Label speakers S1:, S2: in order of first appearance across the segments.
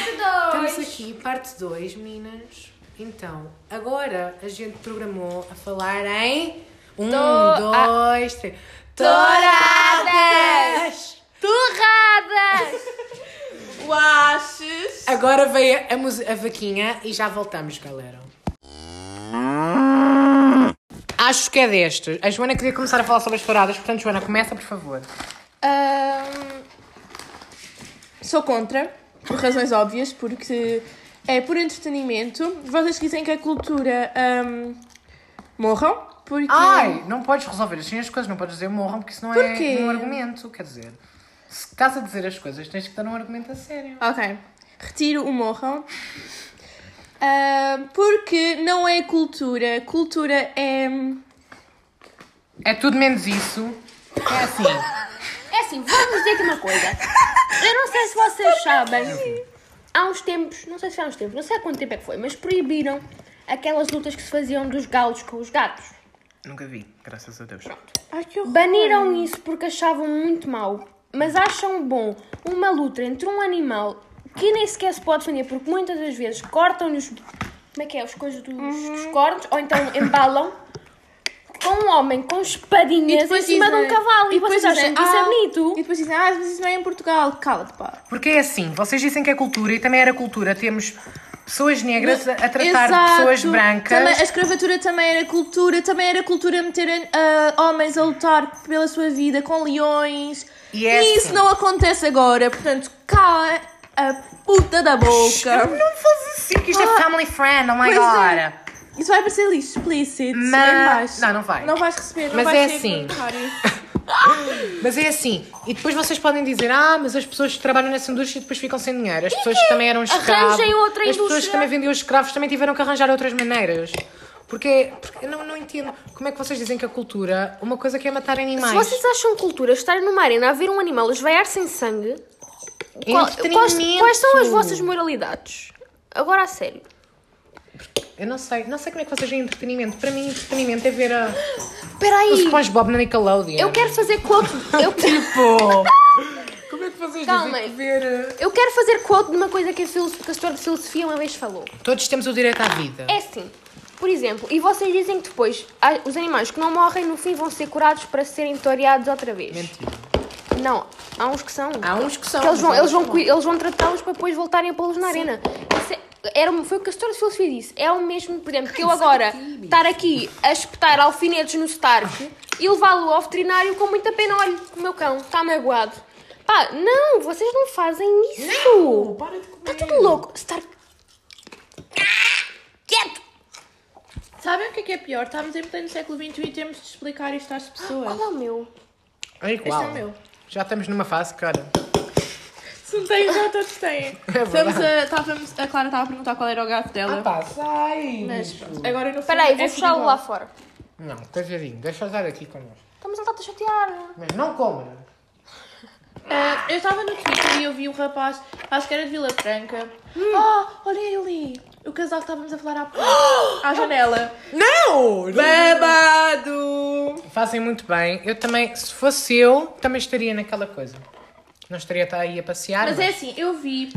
S1: estamos
S2: dois.
S1: aqui, parte 2, meninas. Então, agora a gente programou a falar em. Um,
S2: To-
S1: dois, três.
S2: Touradas! Torradas!
S3: O Axes.
S1: Agora veio a, mus- a vaquinha e já voltamos, galera. Acho que é destes. A Joana queria começar a falar sobre as touradas, portanto, Joana, começa, por favor.
S3: Ahm, Hum, sou contra, por razões óbvias, porque é por entretenimento. Vocês dizem que a cultura ahm, morram, porque.
S1: Ai, não podes resolver assim as coisas, não podes dizer morram, porque isso não
S3: Por
S1: é
S3: quê?
S1: um argumento. Quer dizer, se estás a dizer as coisas, tens que dar um argumento a sério.
S3: Ok, retiro o morram. Ahm, porque não é cultura. Cultura é.
S1: É tudo menos isso. É assim.
S2: É assim, vamos dizer aqui uma coisa. Eu não sei se vocês sabem. Há uns tempos, não sei se há uns tempos, não sei há quanto tempo é que foi, mas proibiram aquelas lutas que se faziam dos galos com os gatos.
S1: Nunca vi, graças a Deus.
S3: Ai, que horror.
S2: Baniram isso porque achavam muito mau, mas acham bom uma luta entre um animal que nem sequer se pode defender, porque muitas das vezes cortam-lhe os. Como é que é? Os coisas dos, dos cornos, ou então embalam com um homem com espadinhas em cima de um
S3: dizem-
S2: cavalo. E,
S3: e depois
S2: vocês acham que
S3: dizem,
S2: isso é
S3: "Ah",
S2: bonito?
S3: E depois dizem, ah, mas isso não é em Portugal. Cala-te, pá.
S1: Porque é assim, vocês dizem que é cultura e também era cultura. Temos pessoas negras a a tratar de
S3: Exato.
S1: pessoas brancas.
S3: Também- a escravatura também era cultura, também era cultura meter ah, homens a lutar pela sua vida com leões.
S1: E é
S3: isso
S1: assim.
S3: não acontece agora, portanto, cala a puta da boca. Ah.
S1: Não faz assim, que isto é family friend, oh my
S3: Pois
S1: god.
S3: é. Isso vai parecer lixo, explícito,
S1: Mas-
S3: em baixo.
S1: Não, não vai.
S3: Não vais receber, não
S1: Mas
S3: vais
S1: é
S3: ter
S1: assim.
S3: comentário.
S1: Mas é assim, e depois vocês podem dizer, ah, mas as pessoas que trabalham nessa indústria depois ficam sem dinheiro. As pessoas que também eram escravos.
S2: Arranjem outra
S1: As pessoas que
S2: indústria.
S1: também vendiam escravos também tiveram que arranjar outras maneiras. Porque, porque eu não, não entendo como é que vocês dizem que a cultura, uma coisa que é matar
S2: Se
S1: animais.
S2: vocês acham cultura estarem numa arena a ver um animal esvaiar sem sangue,
S1: É
S2: qual- quais,
S1: entretenimento.
S2: quais são as vossas moralidades? Agora a sério.
S1: Eu não sei, não sei como é que vocês veem entretenimento. Para mim, entretenimento é ver a, o
S2: Peraí,
S1: SpongeBob na Nickelodeon.
S2: eu quero fazer quote. Eu,
S1: Tipo. como é que vocês
S2: Calma.
S1: dizem que ver. uh,
S2: eu quero fazer quote de uma coisa que a, filosofia, que a senhora de filosofia uma vez falou.
S1: Todos temos o direito à vida.
S2: É assim, por exemplo, e vocês dizem que depois ah, os animais que não morrem no fim vão ser curados para serem toreados outra vez.
S1: Mentira.
S2: Não, há uns que são.
S1: Há uns que são.
S2: Que eles vão,
S1: Então, mas é- há
S2: eles vão,
S1: uns que
S2: cui- eles vão tratá-los para depois voltarem a pô-los na arena. Isso é- era, um- foi o que a história de filosofia disse. É o mesmo, por exemplo, que eu agora estar aqui a espetar alfinetes no Stark e levá-lo ao veterinário com muita pena. Olha, o meu cão está magoado. Pá, não, vocês não fazem isso.
S1: para de comer.
S2: Está tudo louco. Stark. Quieto!
S3: Sabem o que é que é pior? Estamos em pleno século XXI e temos de explicar isto às pessoas.
S2: Qual é o meu?
S1: É igual.
S3: Este é o meu.
S1: Já estamos numa fase, cara.
S3: Se não têm, já todos
S1: É
S3: têm. Estamos a, estávamos, a Clara estava a perguntar qual era o gato dela.
S1: ah, Pá, sai!
S3: Tá mas pronto, agora no fundo
S2: Espera aí,
S3: é
S2: vou
S3: tudo
S2: fechá-lo
S3: igual.
S2: lá fora.
S1: Não, coitadinho, deixa estar aqui connosco.
S2: Estamos a tentar chatear.
S1: Mas não coma.
S3: Ah, eu estava no Twitter e eu vi um rapaz, acho que era de Vila Franca.
S2: Hum.
S3: Ah, olha ele! O casal que estávamos a falar há pouco,
S2: Ah!
S3: à janela.
S1: Não!
S3: Babado!
S1: Fazem muito bem. Eu também, se fosse eu, também estaria naquela coisa. Não estaria estar aí a passear.
S3: Mas é assim, eu vi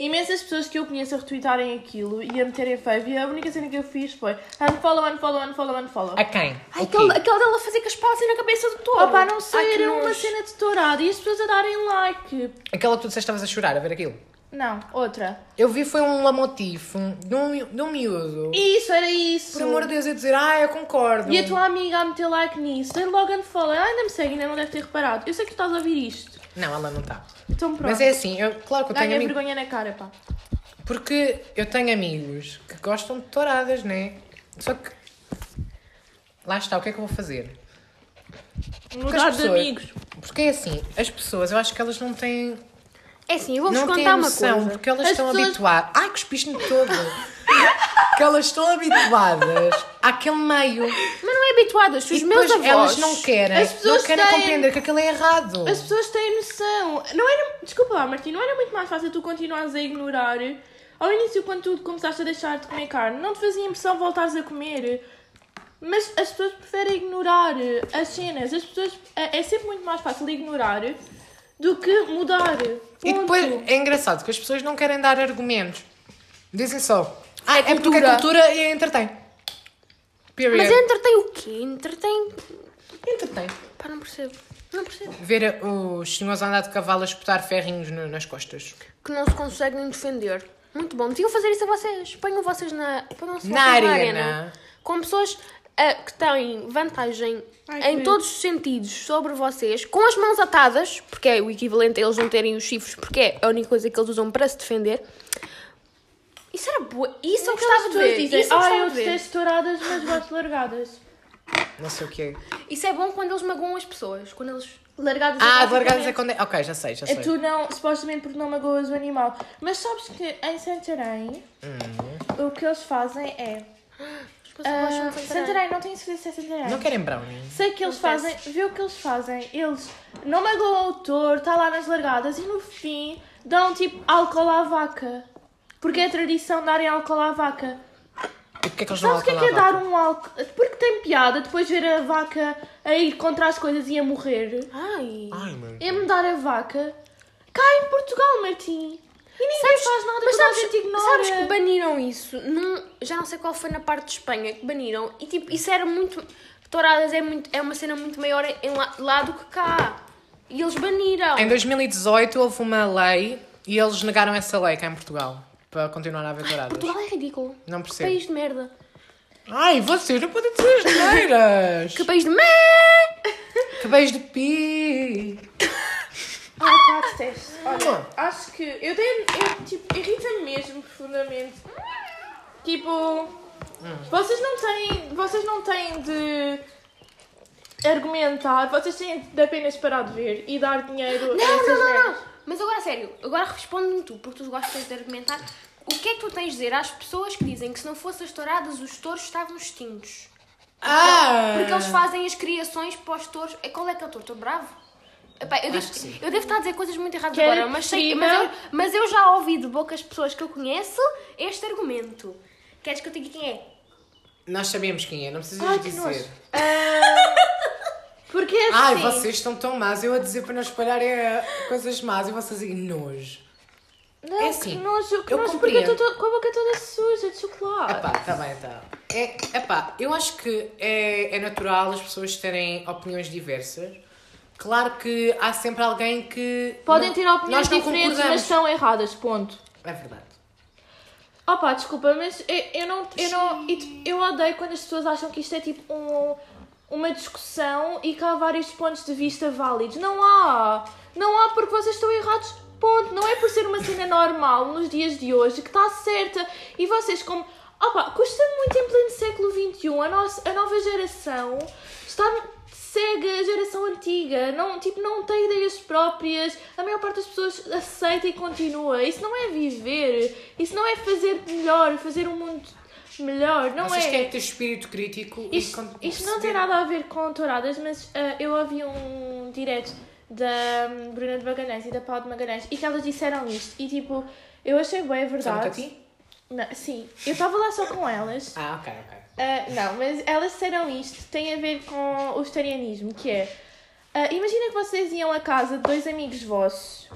S3: imensas pessoas que eu conheço a retweetarem aquilo e a meterem fave e a única cena que eu fiz foi unfollow, unfollow, unfollow, unfollow.
S2: É
S1: A quem?
S2: Ai,
S1: O quê?
S2: aquele, aquele dela fazer caspar assim na cabeça do touro.
S3: Opa, não
S2: Ai,
S3: sei,
S2: que
S3: era uma
S2: nojo.
S3: cena de tourada e as pessoas a darem like.
S1: Aquela que tu disseste estavas a chorar a ver aquilo.
S3: Não, outra.
S1: Eu vi foi um lamotifo de um, mi- de um miúdo.
S3: Isso, era isso.
S1: Por amor de Deus, a dizer, ah, eu concordo.
S3: E a tua amiga a meter like nisso, tem logo unfollow. Ela ainda me segue, ainda não deve ter reparado. Eu sei que tu estás a ouvir isto.
S1: Não, ela não está.
S3: Então pronto.
S1: Mas é assim, eu, claro que eu tenho
S3: Ganha
S1: amigos.
S3: vergonha na cara, pá.
S1: Porque eu tenho amigos que gostam de touradas, né? Só que. Lá está, o que é que eu vou fazer?
S3: Mudar de
S1: pessoas-
S3: amigos.
S1: Porque é assim, as pessoas, eu acho que elas não têm.
S2: É assim, eu vou-vos
S1: não têm
S2: contar uma
S1: noção,
S2: coisa.
S1: porque elas
S3: As
S1: estão
S3: pessoas-
S1: habituadas. Ai, cuspiste-me todo! que elas estão habituadas àquele meio.
S2: Mas não é habituadas. Se os
S1: e
S2: meus
S1: depois
S2: avós.
S1: elas não querem.
S3: As pessoas
S1: não querem
S3: têm-
S1: compreender que aquilo é errado.
S3: As pessoas têm noção. Não era... Desculpa lá, Martim, não era muito mais fácil tu continuares a ignorar? Ao início, quando tu começaste a deixar de comer carne, não te fazia impressão voltares a comer? Mas as pessoas preferem ignorar as cenas. As pessoas... É é sempre muito mais fácil ignorar do que mudar.
S1: E
S3: Ponto.
S1: depois é engraçado que as pessoas não querem dar argumentos. Dizem só. Ah,
S2: É
S1: é, porque
S2: cultura.
S1: é cultura e entretém. Period.
S2: Mas entretém o quê? Entretém.
S3: é
S1: Entretém.
S2: Pá, não percebo. Não percebo.
S1: Ver os senhores a andar de cavalo a espetar ferrinhos no- nas costas.
S2: Que não se conseguem defender. Muito bom. Deviam fazer isso a vocês. Ponham vocês na, ponham
S1: Na arena.
S2: Com pessoas ah, que têm vantagem
S3: Ai,
S2: em
S3: que-
S2: todos os sentidos sobre vocês, com as mãos atadas, porque é o equivalente a eles não terem os chifres, porque é a única coisa que eles usam para se defender. Isso era boa. Isso é eu
S3: é
S2: gostava de ver. Isso é eu
S3: ah,
S2: gostava
S3: eu
S2: de ver.
S3: detesto touradas, mas gosto de largadas.
S1: Não sei o que é.
S2: Isso é bom quando eles magoam as pessoas. Quando eles. Largadas
S1: Ah,
S2: basicamente-
S1: de largadas é quando é... Ok, já sei, já
S3: É
S1: sei.
S3: tu não, supostamente porque não magoas o animal. Mas sabes que em Santarém,
S1: Hum.
S3: o que eles fazem é...
S2: As pessoas
S3: ah,
S2: gostam de Santarém.
S3: Santarém, não tenho certeza se é Santarém.
S1: Não querem brownie.
S3: Sei que eles
S2: Confesso.
S3: fazem, vê o que eles fazem. Eles não magoam o touro, está lá nas largadas e no fim dão tipo álcool à vaca. Porque é a tradição darem álcool à vaca.
S1: E porquê que eles não
S3: Sabes o que é que é
S1: alteram a
S3: dar
S1: vaca?
S3: um álcool? Porque tem piada depois ver a vaca a ir contra as coisas e a morrer.
S2: Ai.
S1: Ai, mano.
S3: É mudar a vaca. Cá em Portugal, Martim. E ninguém faz nada,
S2: Mas
S3: toda a
S2: sabes,
S3: gente ignora.
S2: sabes que baniram isso? Num- já não sei qual foi na parte de Espanha que baniram. E tipo, isso era muito. Touradas é, muito, é uma cena muito maior em lá, lá do que cá. E eles baniram.
S3: É
S1: Em 2018 houve uma lei e eles negaram essa lei cá em Portugal. Para continuar a haver douradas.
S2: Portugal é ridículo.
S3: um
S1: Não
S2: Que
S1: percebo.
S2: país de merda.
S1: Ai, vocês não podem dizer asneiras.
S2: Que país de merda!
S1: que beijo de pi.
S3: Ah, pá, detesto. Olha, acho que. Eu tenho. Eu, tipo, irrita-me mesmo profundamente. Tipo. Vocês não têm. Vocês não têm de. Argumentar, vocês têm de apenas parar de ver e dar dinheiro a
S2: Não,
S3: essas
S2: não, não,
S3: merdas.
S2: não. Mas agora, a sério, agora responde-me tu, porque tu gostas de argumentar. O que é que tu tens de dizer às pessoas que dizem que se não fossem as touradas, os touros estavam extintos?
S1: Ah!
S2: Porque eles fazem as criações para os touros. É, Qual é que é o touro? Estou bravo? Epá, eu, devo,
S1: que sim.
S2: eu devo estar a dizer coisas muito erradas
S3: Que era
S2: agora, mas, sei, mas,
S3: preferível.
S2: eu, mas eu já ouvi de boca as pessoas que eu conheço este argumento. Queres que eu te diga quem é?
S1: Nós sabemos quem é, não precisas
S3: Ai, que
S1: dizer.
S3: nojo. Ah, porque é assim.
S1: Ai, vocês estão tão más. Eu a dizer para não espalharem eh, coisas más e vocês aí, nojo.
S3: Não,
S1: é assim,
S3: que nojo, que
S1: eu
S3: nojo, porque eu
S1: compreendo.
S3: estou to- com a boca toda suja de chocolate.
S1: Epá, tá bem, tá. É, epá, eu acho que é, é natural as pessoas terem opiniões diversas. Claro que há sempre alguém que.
S3: Podem
S1: não-
S3: ter
S1: nós
S3: opiniões
S1: não
S3: diferentes, mas
S1: concordamos.
S3: são erradas, ponto.
S1: É verdade.
S3: Opa, desculpa, mas eu, eu não. Eu, não e tu- eu odeio quando as pessoas acham que isto é tipo um, uma discussão e que há vários pontos de vista válidos. Não há! Não há porque vocês estão errados. Ponto. Não é por ser uma cena normal nos dias de hoje que está certa. E vocês, como. Opa, custa muito em pleno século XXI a, nossa, a nova geração está segue a geração antiga, não, tipo, não tem ideias próprias, a maior parte das pessoas aceita e continua. Isso não é viver, isso não é fazer melhor, fazer um mundo melhor, não
S1: Vocês
S3: é.
S1: têm que ter espírito crítico e
S3: Isto,
S1: con-
S3: isto não tem nada a ver com touradas, mas ah, eu ouvi um direto da hum, Bruna de Magalhães e da Paula de Magalhães e que elas disseram isto e tipo, eu achei bem a
S1: Só um nunca
S3: verdade.
S1: ti?
S3: Não, sim, eu estava lá só com elas.
S1: Ah, ok, ok.
S3: Ah, não, mas elas disseram isto, tem a ver com o vegetarianismo, que é... ah, imagina que vocês iam à casa de dois amigos vossos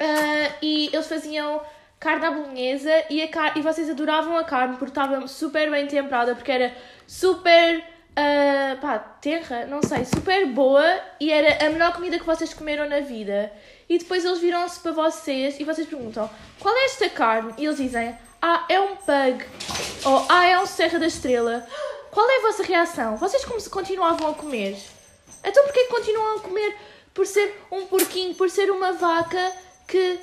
S3: ah, e eles faziam carne à bolonhesa e, a car- e vocês adoravam a carne porque estava super bem temperada, porque era super... ah, pá, terra, não sei, super boa e era a melhor comida que vocês comeram na vida. E depois eles viram-se para vocês e vocês perguntam: qual é esta carne? E eles dizem: ah, é um pug. Ou ah, é um Serra da Estrela. Qual é a vossa reação? Vocês como se continuavam a comer? Então porquê que continuam a comer por ser um porquinho, por ser uma vaca que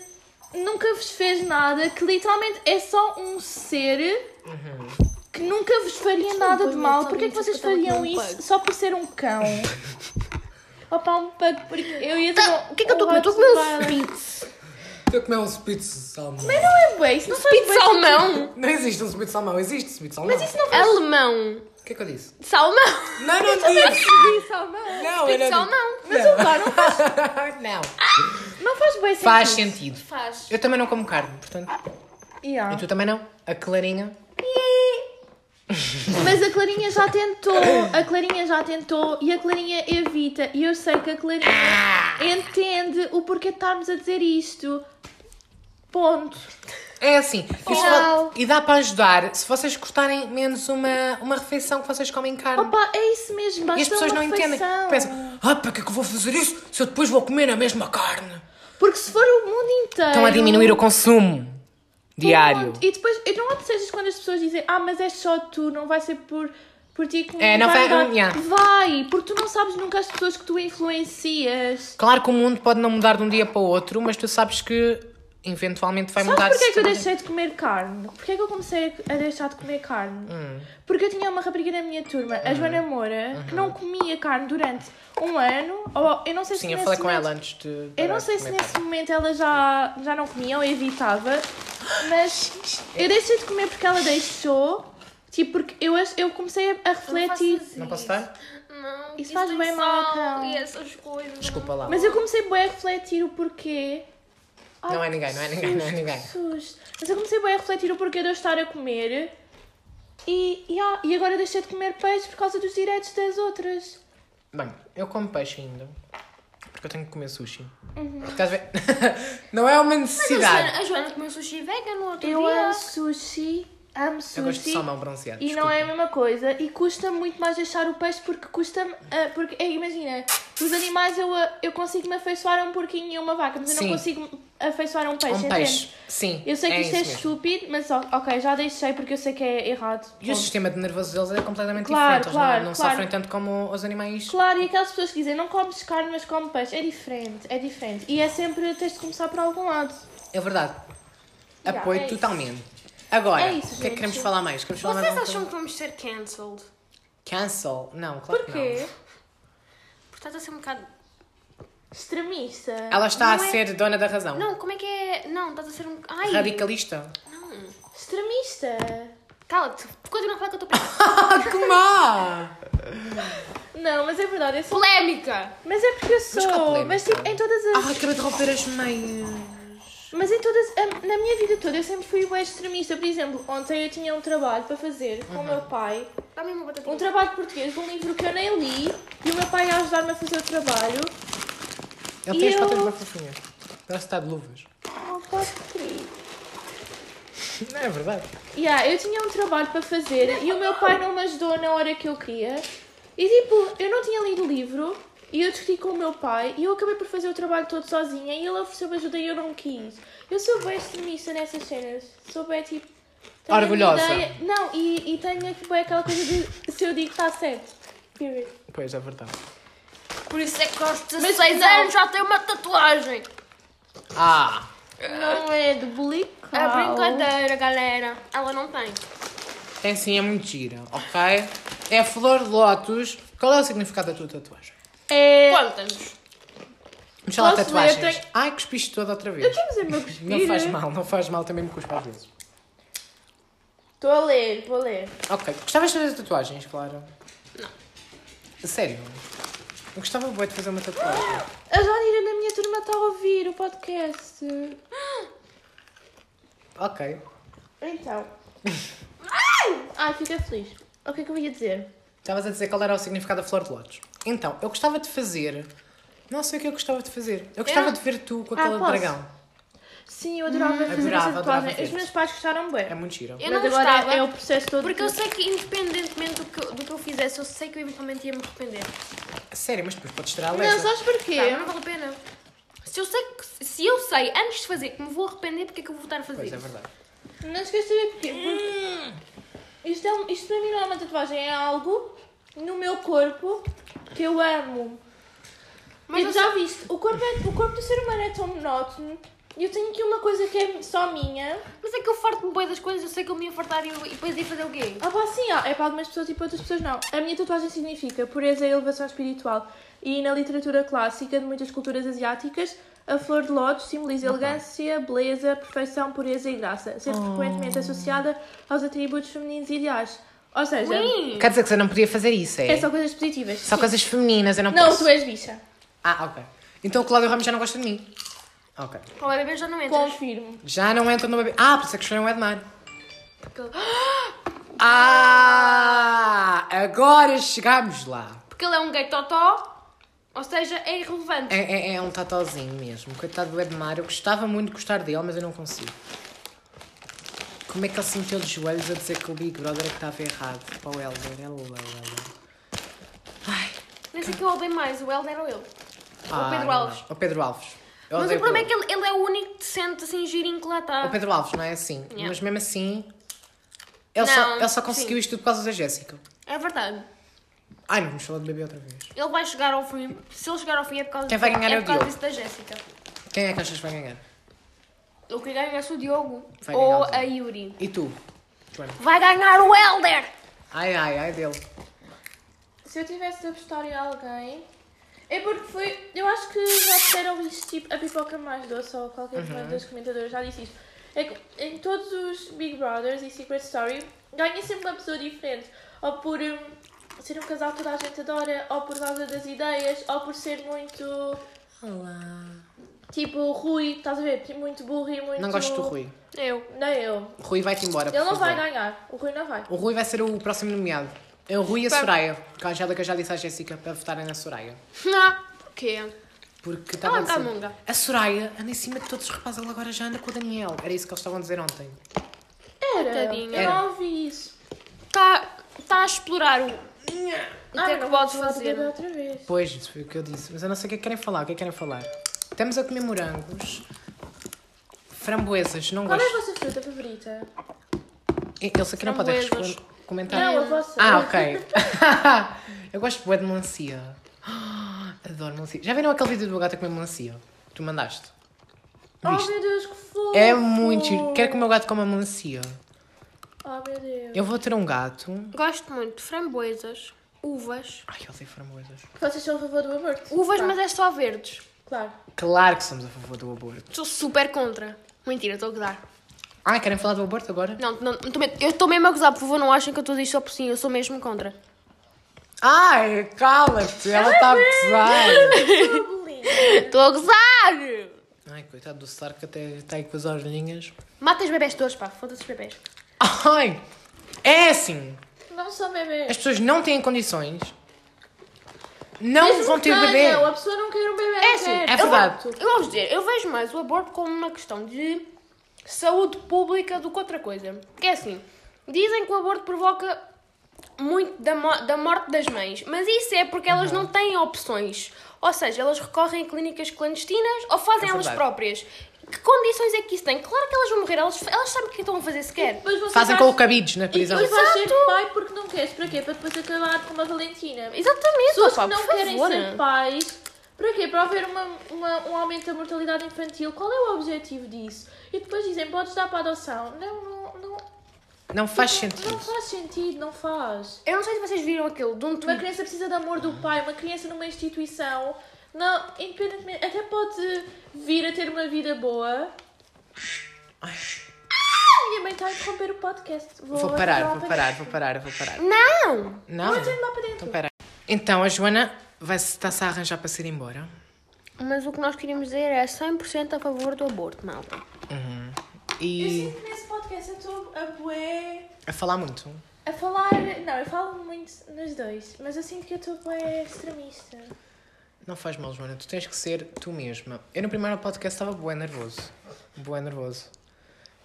S3: nunca vos fez nada, que literalmente é só um ser que nunca vos faria nada de mal? Porquê que vocês fariam isso só por ser um cão? Opa, um pug, porque eu ia dizer.
S2: Tá,
S3: um-
S2: o que é que eu estou a comer?
S3: um
S2: Estou a comer um
S3: hot spot.
S2: spitz.
S1: Estou a comer um spit de salmão.
S3: Mas não é bué, isso não faz
S2: um Spitz
S3: bué
S2: salmão?
S1: Não existe um spit de salmão, existe spit de salmão.
S3: Mas isso
S2: assim.
S3: não faz
S2: Alemão.
S1: O que é que eu disse?
S2: Salmão.
S1: Não, não disse!
S3: isso, não.
S1: Não,
S2: Spitz
S1: eu não
S2: salmão.
S1: Mas não. não faz. não.
S3: Não faz bué sentido. Ah.
S1: Faz sentido.
S2: Faz.
S1: Eu também não como carne, portanto.
S3: Yeah.
S1: E tu também não? A Clarinha.
S3: Mas a Clarinha já tentou, a Clarinha já tentou e a Clarinha evita. E eu sei que a Clarinha entende o porquê de estarmos a dizer isto. Ponto.
S1: É assim. isto
S2: Tchau.
S1: va- E dá para ajudar se vocês cortarem menos uma, uma refeição que vocês comem carne.
S3: Opa, é isso mesmo, basta
S1: e as pessoas
S3: uma
S1: não entendem.
S3: refeição.
S1: Pensam, ah, para que é que eu vou fazer isso se eu depois vou comer a mesma carne?
S3: Porque se for o mundo inteiro.
S1: Estão a diminuir o consumo diário.
S3: Pronto. E depois, eu não obsejas quando as pessoas dizem, ah, mas é só tu, não vai ser por, por ti que
S1: É, não
S3: vai
S1: vai-
S3: mudar."
S1: yeah.
S3: Vai, porque tu não sabes nunca as pessoas que tu influencias.
S1: Claro que o mundo pode não mudar de um dia para o outro, mas tu sabes que eventualmente vai mudar.
S3: Sabes porquê é que eu
S1: também.
S3: deixei de comer carne? Porquê é que eu comecei a deixar de comer carne?
S1: Hum.
S3: Porque eu tinha uma rapariga na minha turma, a Joana
S1: Uhum.
S3: Moura, que não comia carne durante um ano, ou eu não sei
S1: Sim,
S3: se
S1: eu
S3: nesse
S1: falei com
S3: momento-
S1: ela antes de.
S3: Eu não sei se nesse momento ela já, já não comia ou evitava, mas eu deixei de comer porque ela deixou, tipo, porque eu, ach- eu comecei a, a refletir.
S1: Não posso estar?
S2: assim. Não,
S3: Isso faz
S2: tem
S3: bem mal ao
S2: sal
S3: cão.
S2: E essas coisas.
S1: Desculpa lá.
S3: Mas eu comecei bué a refletir o porquê. Ai,
S1: Não é ninguém, não é ninguém, não é
S3: susto,
S1: ninguém.
S3: susto. Mas eu comecei bué a refletir o porquê de eu estar a comer e, e, ah, e agora deixei de comer peixe por causa dos direitos das outras.
S1: Bem, eu como peixe ainda. Porque eu tenho que comer sushi.
S3: Uhum.
S1: Porque às vezes- não é uma
S2: Mas a Joana,
S1: necessidade.
S2: a Joana comeu sushi vegan no outro
S3: Eu
S2: dia.
S3: amo sushi, amo sushi.
S1: Eu gosto de salmão bronzeado.
S3: E não é a mesma coisa. E custa muito mais deixar o peixe porque custa Porque, é, imagina, os animais eu, ah, eu consigo me afeiçoar a um porquinho e a uma vaca, mas eu
S1: Sim.
S3: não consigo afeiçoar a um
S1: desculpa.
S3: peixe,
S1: Um
S3: entende?
S1: peixe. Sim.
S3: Eu sei que isto é
S1: isso mesmo.
S3: estúpido, mas ó, ok, já deixei porque eu sei que é errado.
S1: E o
S3: Bom.
S1: sistema de nervoso deles é completamente diferente.
S3: Claro,
S1: Eles
S3: claro,
S1: não, não
S3: claro.
S1: sofrem tanto como os animais.
S3: Claro, e aquelas pessoas que dizem não comes carne, mas come peixe, é diferente, é diferente. E é sempre tens de começar por algum lado.
S1: É verdade.
S3: Yeah,
S1: Apoio
S3: é isso.
S1: totalmente. Agora,
S3: É isso,
S1: o que é que
S3: gente.
S1: queremos falar mais? Queremos falar
S2: Vocês
S1: mais
S2: acham que vamos ser cancelled?
S1: que... Cancel? Não, claro que não.
S3: Porquê?
S2: Portanto, a ser um bocado.
S3: Extremista.
S1: Ela está
S2: Não
S1: a
S2: é-
S1: ser dona da razão.
S2: Não, como é que é. Não, estás a ser um. Ai!
S1: Radicalista.
S2: Não!
S3: Extremista.
S2: Cala-te! Continua a falar que eu estou presa.
S1: Ah, que má!
S3: Não, mas é verdade, eu sou.
S2: Polémica!
S3: Mas é porque eu sou.
S1: qual polémica?
S3: Mas, tipo, em todas as.
S1: Ah, acabei de romper as meias.
S3: Mas em todas, a- na minha vida toda eu sempre fui bem extremista. Por exemplo, ontem eu tinha um trabalho para fazer
S1: Uhum.
S3: com o meu pai,
S2: Dá-me uma batatinha.
S3: um trabalho de português de um livro que eu nem li, e o meu pai ia ajudar-me a fazer o trabalho.
S1: Ele
S3: E
S1: tem as
S3: eu-
S1: patas bem fofinhas. Parece estar de luvas. Ah,
S3: Oh, pode crer.
S1: Não é verdade.
S3: Yeah, eu tinha um trabalho para fazer e o meu pai não me ajudou na hora que eu queria. E tipo, eu não tinha lido o livro e eu discuti com o meu pai e eu acabei por fazer o trabalho todo sozinha e ele ofereceu-me ajuda e eu não quis. Eu sou bem extremista nessas cenas. Sou bem tipo. tenho a minha
S1: Orgulhosa.
S3: ideia- Não, e, e tenho aqui bem aquela coisa de se eu digo está certo. Period.
S1: Pois, é verdade.
S2: Por isso é que aos 16
S3: Mas não.
S2: anos já tenho uma tatuagem.
S1: Ah!
S3: Não é de bullying.
S2: É brincadeira, galera. Ela não tem.
S1: Tem sim, é muito gira, ok? É flor de lótus. Qual é o significado da tua tatuagem?
S3: É.
S2: Quantas?
S1: Vamos falar de
S3: Posso ler?
S1: tatuagens.
S3: Tenho-
S1: Ai, cuspiste toda outra
S3: Eu
S1: vez.
S3: estou a dizer meu cuspir.
S1: Não faz mal, não faz mal, também me cuspa às vezes.
S3: Estou a ler, vou ler.
S1: Ok, gostavas de fazer tatuagens, claro? Não. Sério? Eu gostava bué de fazer uma tatuagem.
S3: A Janira da minha turma está a ouvir o podcast.
S1: Ok.
S3: Então. Ai, fica feliz. O que é que eu ia dizer?
S1: Estavas a dizer qual era o significado da flor de lótus. Então, eu gostava de fazer... Não sei o que eu gostava de fazer. Eu gostava
S2: Eu-
S1: de ver tu com
S3: Ah,
S1: aquele
S3: posso?
S1: dragão.
S3: Sim, eu adorava fazer
S1: Hum, Adorava,
S3: essa
S1: adorava
S3: tatuagem. Os
S1: fazer.
S3: meus pais gostaram bem.
S1: É muito gira.
S2: Eu
S3: Mas
S2: não
S3: agora
S2: gostava.
S3: é o processo todo.
S2: Porque
S3: que-
S2: eu sei que, independentemente do que, do que eu fizesse, eu sei que eu eventualmente ia me arrepender.
S1: Sério, mas depois podes tirar a
S3: Não,
S1: lesa.
S3: sabes porquê?
S2: Tá, mas não vale a pena. Se eu sei, que- se eu sei antes de fazer que me vou arrepender, porque é que eu vou voltar a fazer?
S1: Pois, é verdade.
S3: Não te queres saber porquê. Hum. Porque isto, é um- isto para mim não é uma tatuagem, é algo no meu corpo que eu amo.
S2: Mas
S3: Mas
S2: eu
S3: já viste, o corpo, é- o corpo do ser humano é tão monótono. E eu tenho aqui uma coisa que é só minha.
S2: Mas é que eu farto-me bem das coisas, eu sei que eu me ia fartar e, eu- e depois ia fazer o quê?
S3: Ah, pá, sim, ah, é para algumas pessoas e para outras pessoas não. A minha tatuagem significa pureza e elevação espiritual. E na literatura clássica de muitas culturas asiáticas, a flor de lótus simboliza elegância, beleza, perfeição, pureza e graça, sendo
S1: Oh.
S3: frequentemente associada aos atributos femininos ideais. Ou seja,
S2: Sim!
S1: Quer dizer que você não podia fazer isso, é?
S3: é só coisas positivas.
S1: Só
S3: Sim.
S1: coisas femininas, eu não,
S3: Não,
S1: posso.
S3: tu é- és bicha.
S1: Ah, ok. Então o Cláudio Ramos já não gosta de mim. Ok.
S2: Para o bebê já não entra.
S3: Confirmo.
S1: Já não entra no bebê. Ah, por isso é que escolheram o Edmar.
S2: Porque,
S1: Ah, agora chegámos lá.
S2: porque ele é um gay totó, ou seja, é irrelevante.
S1: É, é- é um tatozinho mesmo. Coitado do Edmar. Eu gostava muito de gostar dele, mas eu não consigo. Como é que ele se meteu de joelhos a dizer que o Big Brother é que estava errado? Para o é Helder, ela, ela, ela.
S2: Nem sei que eu odeio mais, o Helder ou eu.
S1: Ah,
S2: Pedro
S1: não,
S2: Alves.
S1: não. O Pedro Alves. Eu
S2: Mas o
S1: odeio
S2: problema é que ele, ele é o único decente, assim, girinho que lá está.
S1: O Pedro Alves não é assim.
S2: Yeah.
S1: Mas mesmo assim. Ele,
S2: Não,
S1: só, ele só conseguiu
S2: sim.
S1: isto tudo por causa da Jéssica.
S2: É verdade.
S1: Ai, não vamos falar de bebê outra vez.
S2: Ele vai chegar ao fim. Se ele chegar ao fim é por causa
S1: Quem vai ganhar
S2: é
S1: é o
S2: por causa
S1: Diogo.
S2: disso da Jéssica.
S1: Quem é que achas que vai ganhar?
S2: O que ganha é o Diogo
S1: Vai
S2: ou
S1: ganhar o
S2: a
S1: Diogo.
S2: Yuri.
S1: E tu, Joana?
S2: Vai ganhar o Helder!
S1: Ai, ai, ai dele.
S3: Se eu tivesse de apostar em alguém. É porque foi. Eu acho que já disseram isto, tipo, a pipoca mais doce ou
S1: Uhum.
S3: qualquer um dos comentadores já disse isto. É que em todos os Big Brothers e Secret Story ganha sempre uma pessoa diferente. Ou por hum, ser um casal que toda a gente adora, ou por causa das ideias, ou por ser muito.
S1: Olá.
S3: Tipo, Rui, estás a ver? Tipo, Muito burro e muito.
S1: Não gosto do Rui.
S2: Eu.
S3: Nem eu.
S1: O Rui vai-te embora.
S3: Ele
S1: por
S3: não vai
S1: favor.
S3: ganhar. O Rui não vai.
S1: O Rui vai ser o próximo nomeado. É o Rui e a Soraya. Canjada que eu já disse à Jéssica para votarem na Soraya.
S2: Ah, porquê?
S1: Porque tá
S2: Ela anda
S1: estava
S3: tá
S1: a
S2: à monga.
S1: dizer... A Soraya anda em cima de todos os rapazes. Ela agora já anda com o Daniel. Era isso que eles estavam a dizer ontem.
S3: Era.
S2: Tadinha.
S3: Eu
S1: Era.
S3: não ouvi isso.
S2: Está tá a explorar o, o que
S3: Ai,
S2: é que
S3: Ah, não
S2: podes
S3: vou falar do
S2: fazer.
S3: bebê outra vez.
S1: Pois, isso foi o que eu disse. Mas eu não sei o que é que querem falar. O que é que querem falar? Estamos a comer morangos. Framboesas. Não
S3: Qual é a
S1: gosto.
S3: vossa fruta favorita?
S1: Eles aqui não podem
S2: Framboesas.
S1: responder. Comentar.
S3: Não, a vossa.
S1: Ah, ok. eu gosto bué de melancia. Adoro melancia. Já viram aquele vídeo do gato a comer melancia? Tu mandaste?
S3: Oh
S1: Viste?
S3: meu Deus, que fofo!
S1: É muito giro. Quero que o meu gato coma melancia.
S3: Oh meu Deus.
S1: Eu vou ter um gato.
S2: Gosto muito de framboesas, uvas.
S1: Ai, eu odeio framboesas.
S3: Vocês são a favor do aborto?
S2: Uvas,
S3: Claro.
S2: mas é só verdes.
S3: Claro.
S1: Claro que somos a favor do aborto.
S2: Sou super contra. Mentira, estou a gozar.
S1: Ai, querem falar do aborto agora?
S2: Não, não, não tô mesmo- eu estou mesmo a gozar, por favor, não achem que eu estou a dizer só por sim, eu sou mesmo contra.
S1: Ai, cala-te. Ela está a pesar.
S2: Estou a gozar!
S1: Ai, coitado do Stark até está aí com as orelhinhas.
S2: Mata os bebés todos, pá, foda-se os bebés.
S1: Ai, é assim.
S3: Não são bebês.
S1: As pessoas não têm condições. Não
S3: Mesmo
S1: vão
S3: que
S1: ter bebê.
S3: tenham, A pessoa não quer um bebê.
S2: É
S3: não
S2: assim,
S3: quer.
S1: é verdade.
S3: Pronto.
S2: Eu vou dizer, eu vejo mais o aborto como uma questão de saúde pública do que outra coisa. Porque é assim, dizem que o aborto provoca muito da, mo- da morte das mães, mas isso é porque elas
S1: Uhum.
S2: não têm opções. Ou seja, elas recorrem a clínicas clandestinas ou fazem
S1: É
S2: elas
S1: verdade.
S2: próprias. Que condições é que isso tem? Claro que elas vão morrer, elas, elas sabem o que estão a fazer sequer.
S3: Depois você
S1: Fazem
S3: vai-
S1: com o cabides na
S3: E
S1: prisão.
S3: depois vais ser pai porque não queres. Para quê? Para depois acabar com uma Valentina.
S2: Exatamente,
S3: Pessoas
S2: pá,
S3: que não
S2: por
S3: querem
S2: favor.
S3: ser pais. Para quê? Para haver uma, uma- um aumento da mortalidade infantil. Qual é o objetivo disso? E depois dizem, podes dar para a adoção. Não, não, não.
S1: Não faz
S3: Não
S1: sentido.
S3: faz sentido, não faz.
S2: Eu não sei se vocês viram aquilo de um
S3: Uma
S2: tweet.
S3: criança precisa de amor do pai, uma criança numa instituição, não, independentemente, até pode vir a ter uma vida boa. Ah,
S1: Ai,
S3: A minha mãe está a interromper o podcast. Vou,
S1: Vou parar,
S3: entrar
S1: vou
S3: lá
S1: parar,
S3: para
S1: vou parar, vou parar.
S2: Não!
S1: Não?
S3: dentro. Vou entrar lá para dentro.
S1: Então, pera. Então, a Joana vai-se- está-se a arranjar para sair embora.
S2: Mas o que nós queríamos dizer é 100% a favor do aborto, malta.
S3: Eu
S1: E
S3: sinto que nesse podcast eu estou a bué...
S1: a falar muito.
S3: A falar... Não, eu falo muito nos dois, mas eu sinto que eu estou bué extremista.
S1: Não faz mal, Joana, tu tens que ser tu mesma. Eu no primeiro podcast estava bué nervoso. Bué nervoso.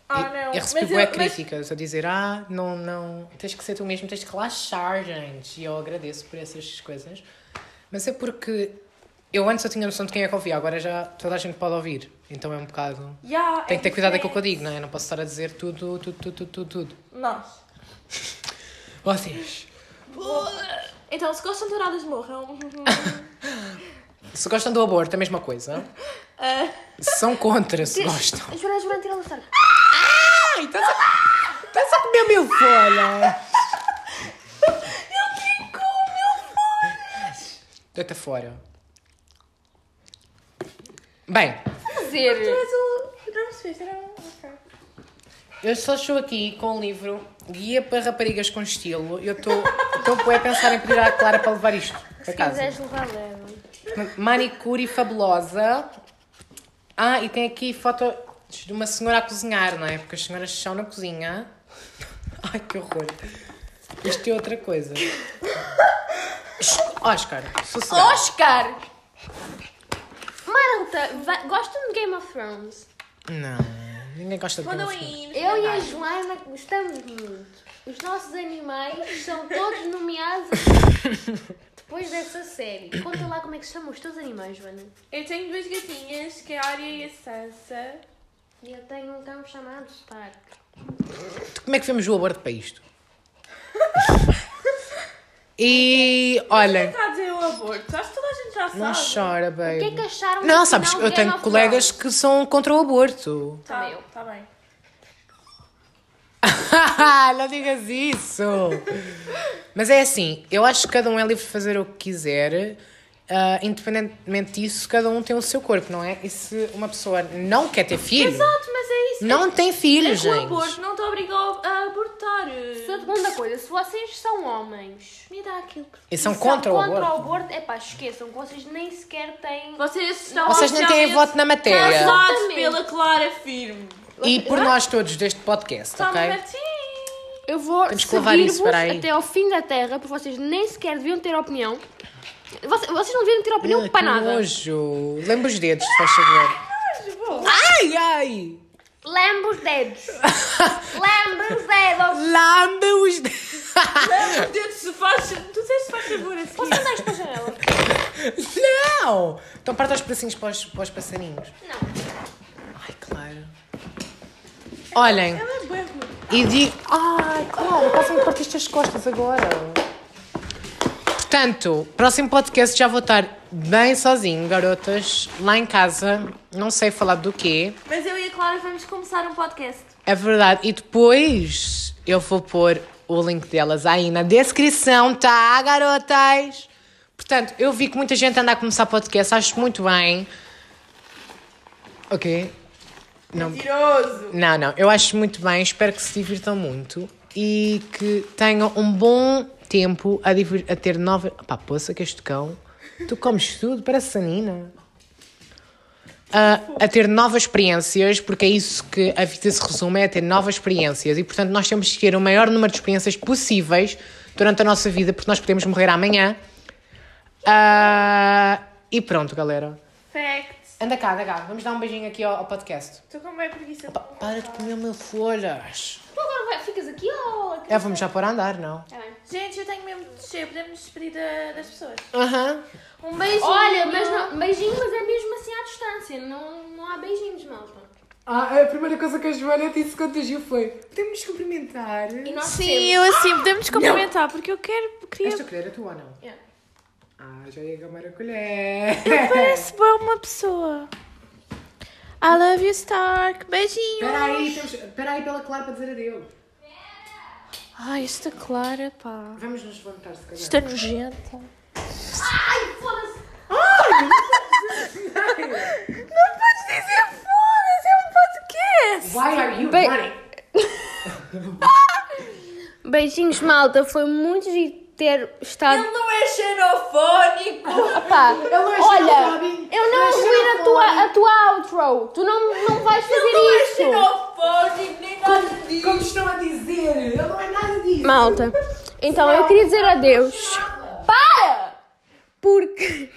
S3: Ah,
S1: E-
S3: não.
S1: Eu recebi
S3: mas
S1: bué
S3: eu- mas-
S1: críticas a dizer, ah, não, não, tens que ser tu mesmo, tens que relaxar, gente. E eu agradeço por essas coisas. Mas é porque eu antes eu tinha noção de quem é que ouvia, agora já toda a gente pode ouvir. Então é um bocado...
S3: Yeah, é
S1: Tem que ter cuidado com o que eu
S3: diferente.
S1: digo, não é? Eu Não posso estar a dizer tudo, tudo, tudo, tudo, tudo, tudo.
S3: Nós.
S1: Vocês,
S3: Então, se gostam de douradas, morram.
S1: se gostam do aborto, é a mesma coisa.
S3: Ah.
S1: Se São contra, se gostam.
S2: A Joana, a Joana, tira-lhe o saco.
S1: Ai,
S3: tá
S1: estás a, estás a comer meu folha. Deita fora. Bem,
S2: Dizer.
S3: Mas eu não percebi, será... ok.
S1: eu só estou aqui com o livro Guia para Raparigas com Estilo. Eu estou estou bué a pensar em pedir à Clara para levar isto para
S2: Se
S1: casa.
S2: quiseres levar, leva.
S1: Manicure fabulosa. Ah, e tem aqui fotos de uma senhora a cozinhar, não é? Porque as senhoras estão na cozinha. Ai, que horror. Isto é outra coisa. Oscar, sossegado.
S2: Oscar! Maranta, va- gosta de Game of Thrones?
S1: Não, Ninguém gosta de
S3: Mandam
S1: pena fria.
S3: aí. nos
S2: Eu e a
S3: comentários.
S2: Joana gostamos muito. Os nossos animais são todos nomeados depois dessa série. Conta lá como é que se chamam os teus animais, Joana.
S3: Eu tenho duas gatinhas, que é a Arya e a Sansa.
S2: E eu tenho um cão chamado Stark.
S1: Como é que vemos o aborto para isto? e olha,
S3: Está tá a dizer o aborto. Acho que toda a gente já sabe.
S1: É. não chora,
S2: O que é
S1: baby.
S2: que acharam do
S1: Não, sabes,
S2: final de
S1: eu
S2: Game
S1: tenho
S2: of
S1: colegas
S2: Thrones?
S1: que são contra o aborto.
S3: Tá,
S2: Também eu.
S3: tá bem.
S1: não digas isso. Mas é assim, eu acho que cada um é livre de fazer o que quiser. ah, independentemente disso, cada um tem o seu corpo, não é? E se uma pessoa não quer ter filho,
S3: Exato, mas é isso.
S1: não tem filho,
S3: é que o
S1: gente.
S3: aborto não te obriga a abortar.
S2: Segunda coisa, se vocês são homens, me dá aquilo que
S1: E são contra o aborto.
S2: É pá, esqueçam que vocês nem sequer têm.
S3: Vocês estão
S1: Vocês nem têm
S3: oficialmente
S1: voto na matéria.
S3: Casados
S2: Exatamente.
S3: pela Clara Tá, Firme.
S1: E por nós todos deste podcast,
S3: Toma,
S1: ok?
S3: Martim.
S2: Eu vou
S1: Temos que levar isso
S2: seguir-vos
S1: para aí.
S2: até ao fim da terra, porque vocês nem sequer deviam ter opinião. Vocês, vocês não deviam ter opinião
S1: Ah, que
S2: para nada.
S1: Nojo. Lembra os dedos, se faz favor.
S3: Ah!
S1: Ai, ai.
S2: Lambe os dedos. Lambe os dedos.
S1: Lambe os dedos.
S3: É, Meu Deus, se faz... Tu disseste se faz favor a seguir.
S2: Posso andar para a janela?
S1: Não. Então parta os pedacinhos para os, para os passarinhos.
S2: Não.
S1: Ai, claro. Olhem,
S3: Ela é boa.
S1: e digo... Ai, claro, quase me partiste as costas agora. Portanto, próximo podcast já vou estar bem sozinho, garotas, lá em casa, não sei falar do quê.
S3: Mas eu e a Clara vamos começar um podcast.
S1: É verdade. E depois eu vou pôr o link delas aí na descrição, tá, garotas? Portanto, eu vi que muita gente anda a começar podcast, acho muito bem. Ok? Não,
S3: Mentiroso.
S1: não, não. Eu acho muito bem, espero que se divirtam muito e que tenham um bom tempo a, divir- a ter novas. Pá, poça, que este cão. Tu comes tudo, parece a Nina. A, a ter novas experiências, porque é isso que a vida se resume, é a ter novas experiências. E, portanto, nós temos que ter o maior número de experiências possíveis durante a nossa vida, porque nós podemos morrer amanhã. Ah, e pronto, galera.
S3: Facts.
S1: Anda cá, anda cá. Vamos dar um beijinho aqui ao, ao podcast.
S3: Estou com bem preguiça.
S1: Pa- Para de comer o meu folhas.
S2: Tu agora vai- ficas aqui ou aqui?
S1: É, vamos já para andar, não?
S2: Tá bem.
S3: Gente, eu tenho mesmo de descer. Podemos despedir da- das pessoas.
S1: Aham.
S3: Um beijo.
S2: Olha, mas não, beijinho, mas é mesmo assim à distância. Não, não há beijinhos, malta.
S1: Ah, a primeira coisa que a Joana disse quando agiu foi: podemos cumprimentar.
S2: E nós
S3: Sim,
S2: temos.
S3: eu assim, podemos cumprimentar, porque eu quero,
S1: És
S3: queria...
S1: tu querer a é tua ou não?
S2: Yeah.
S1: Ah, já ia gamar a colher.
S3: Parece bom uma pessoa. I love you, Stark. Beijinho.
S1: Espera aí, temos... espera aí pela Clara para dizer adeus.
S3: Ai, esta Clara, pá.
S1: Vamos nos levantar, se calhar.
S3: Esta nojenta.
S2: Ai, foda-se.
S3: Não podes dizer foda-se, é um podcast.
S1: Why are you
S2: é Bem-
S1: running?
S2: Beijinhos, malta. Foi muito giro ter estado.
S3: não é xenofónico.
S2: Opa,
S1: não é
S2: olha,
S1: xenofóbico.
S2: eu
S1: Não
S2: não
S1: é
S2: ouvi a tua, a tua outro. Tu não, não vais fazer isso.
S3: é xenofónico, nem nada
S1: Como estão a dizer? Ele não é nada disso.
S2: Malta, então eu queria dizer adeus. Para! Porque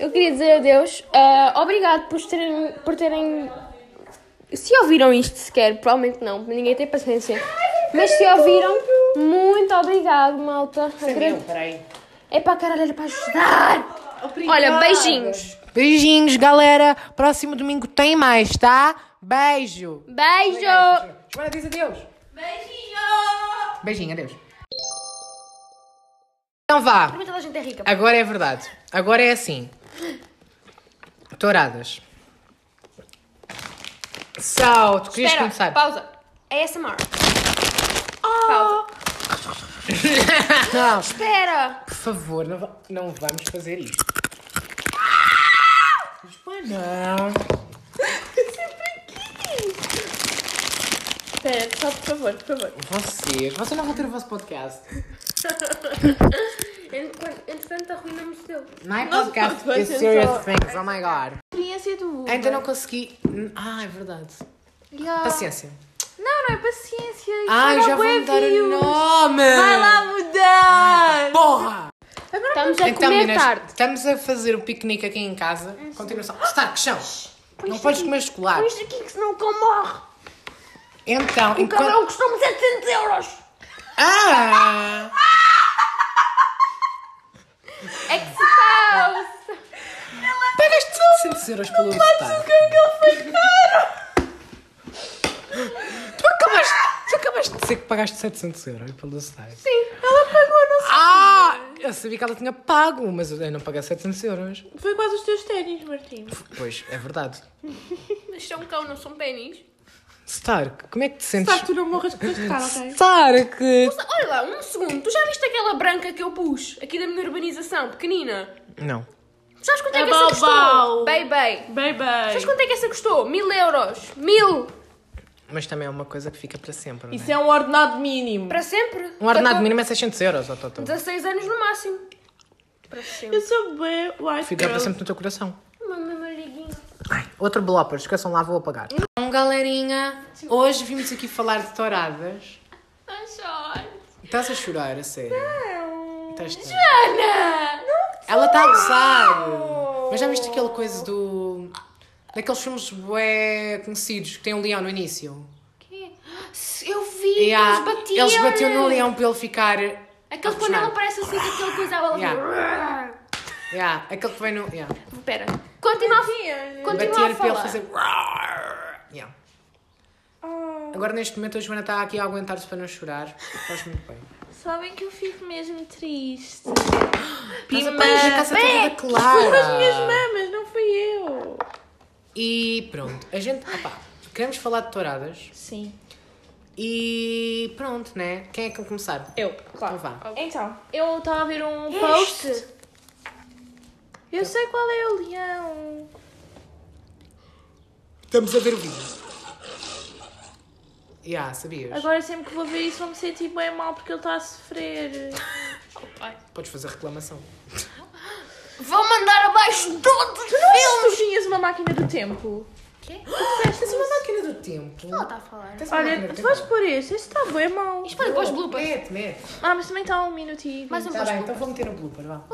S2: eu queria dizer adeus. Ah, obrigado por terem, por terem. Se ouviram isto sequer, provavelmente não, ninguém tem paciência. Mas se ouviram, muito obrigado, malta.
S1: Meu, espera aí.
S2: É para caralho, era para ajudar. Olha, beijinhos.
S1: Beijinhos, galera. Próximo domingo tem mais, tá? Beijo.
S2: Beijo!
S1: Joana, diz adeus.
S3: Beijinho.
S1: Beijinho, adeus. Então vá.
S2: Toda a gente é rica.
S1: Agora é verdade. Agora é assim. Touradas. Sal, tu querias
S2: Espera,
S1: começar?
S2: pausa. ASMR. Pausa.
S1: Não,
S2: Espera.
S1: por favor, não, va- não vamos fazer isto. Joana.
S3: Espera, só por favor, por favor.
S1: Vocês, vocês não vão ter o vosso podcast.
S2: Entretanto, arruinamos o teu.
S1: Não é
S3: Nosso
S1: podcast,
S3: podcast
S1: it's
S3: é
S1: serious
S3: só-
S1: things, oh my god.
S3: Experiência do Uber.
S1: Ainda não consegui. Ah, é verdade.
S3: Yeah.
S1: Paciência.
S3: Não, não é paciência.
S1: Ai,
S3: Isso
S1: já
S3: dá bué
S1: vou mudar
S3: views.
S1: o nome.
S3: Vai lá mudar.
S1: Porra!
S3: Agora
S2: Estamos a É comer
S1: Então, meninas,
S2: tarde.
S1: estamos a fazer um piquenique aqui em casa. Continuação. Stark, chão! Não podes comer chocolate.
S2: Põe isto aqui que senão o cão morre.
S1: Então,
S2: O cabrão
S1: enquanto.
S2: custou-me 700 euros.
S1: Ah!
S2: É que se faz.
S1: Pagaste 700 euros pelo Stark. que ele foi caro! Tu acabaste, tu acabaste de dizer que pagaste 700 euros pelo Stark.
S2: Sim, ela pagou, não
S1: Ah! Eu sabia que ela tinha pago, mas eu não paguei 700 euros.
S3: foi quase os teus ténis, Martim.
S1: Pois, é verdade.
S2: Mas são cão, não são pênis.
S1: Stark, como é que te sentes?
S3: Sabe que tu não morras com este cara, ok?
S1: Stark!
S2: Olha lá, um segundo. Tu já viste aquela branca que eu pus aqui da minha urbanização, pequenina?
S1: Não.
S2: Tu Sabes quanto é,
S3: É
S2: que essa
S3: bau-bau.
S2: custou? Bem, bem.
S3: Bem,
S2: Sabes
S3: bem.
S2: quanto é que essa custou? Mil euros. Mil.
S1: Mas também é uma coisa que fica para sempre.
S3: Isso
S1: né?
S3: é um ordenado mínimo.
S2: Para sempre.
S1: Um ordenado
S2: Quator-
S1: mínimo é 600 euros, ó, Totó.
S2: 16 anos no máximo. Para sempre.
S3: Eu sou bem white
S1: Fica para
S3: girl.
S1: sempre no teu coração.
S2: Mamãe, meu liguinho.
S1: Ai, outro blooper, esqueçam lá, vou apagar. Então, galerinha, hoje vimos aqui falar de touradas.
S2: Não chore.
S1: Estás a chorar, a sério?
S3: Não.
S1: Estás
S2: Ana!
S1: Ela está a gozar. Mas já viste aquela coisa do... Daqueles filmes bué conhecidos que tem um leão no início.
S2: Quê? Eu vi
S1: E há-
S2: que eles batiam.
S1: Eles batiam no leão para ele ficar...
S2: Aquele
S1: a
S2: quando ela
S1: gozar.
S2: aparece assim com aquela coisa à yeah.
S1: Yeah, aquele que vem no... Yeah.
S2: Espera. Continua a
S3: Batia-lhe.
S2: Continua a
S1: Batia-lhe para ele
S2: falar.
S1: fazer... Yeah.
S3: Ah,
S1: Agora, neste momento, a Joana está aqui a aguentar-se para não chorar. Faz muito bem.
S3: sabem que eu fico mesmo triste.
S1: Mas
S3: Pima-
S1: a Paris já está toda
S3: Foram as minhas
S1: clara.
S3: mamas, não fui eu.
S1: E pronto, a gente, opá, queremos falar de touradas
S3: Sim.
S1: e pronto, né? Quem é que vai começar?
S3: Eu, claro.
S1: Então vá.
S3: Então, eu estava a ver um
S2: Post.
S3: post. Eu sei qual é o leão.
S1: Estamos a ver o vídeo. Yeah, sabias?
S3: Agora sempre que vou ver isso vou me sentir bem mal porque ele está a sofrer.
S1: Podes fazer reclamação.
S2: Vou mandar abaixo todos os filmes.
S3: Tu tinhas uma máquina do tempo.
S2: Quê?
S1: Tens uma máquina do tempo.
S2: Ela é está a falar.
S1: Tens uma máquina
S3: tá. Olha,
S1: do
S3: tu
S1: tempo.
S3: vais pôr este, este está bem mal.
S2: Isto para depois bloopers.
S1: Mete, mete.
S3: Ah, mas também está um minutinho.
S2: Mais um
S1: Tá
S2: pós
S1: bem, então vou meter um blooper, vá.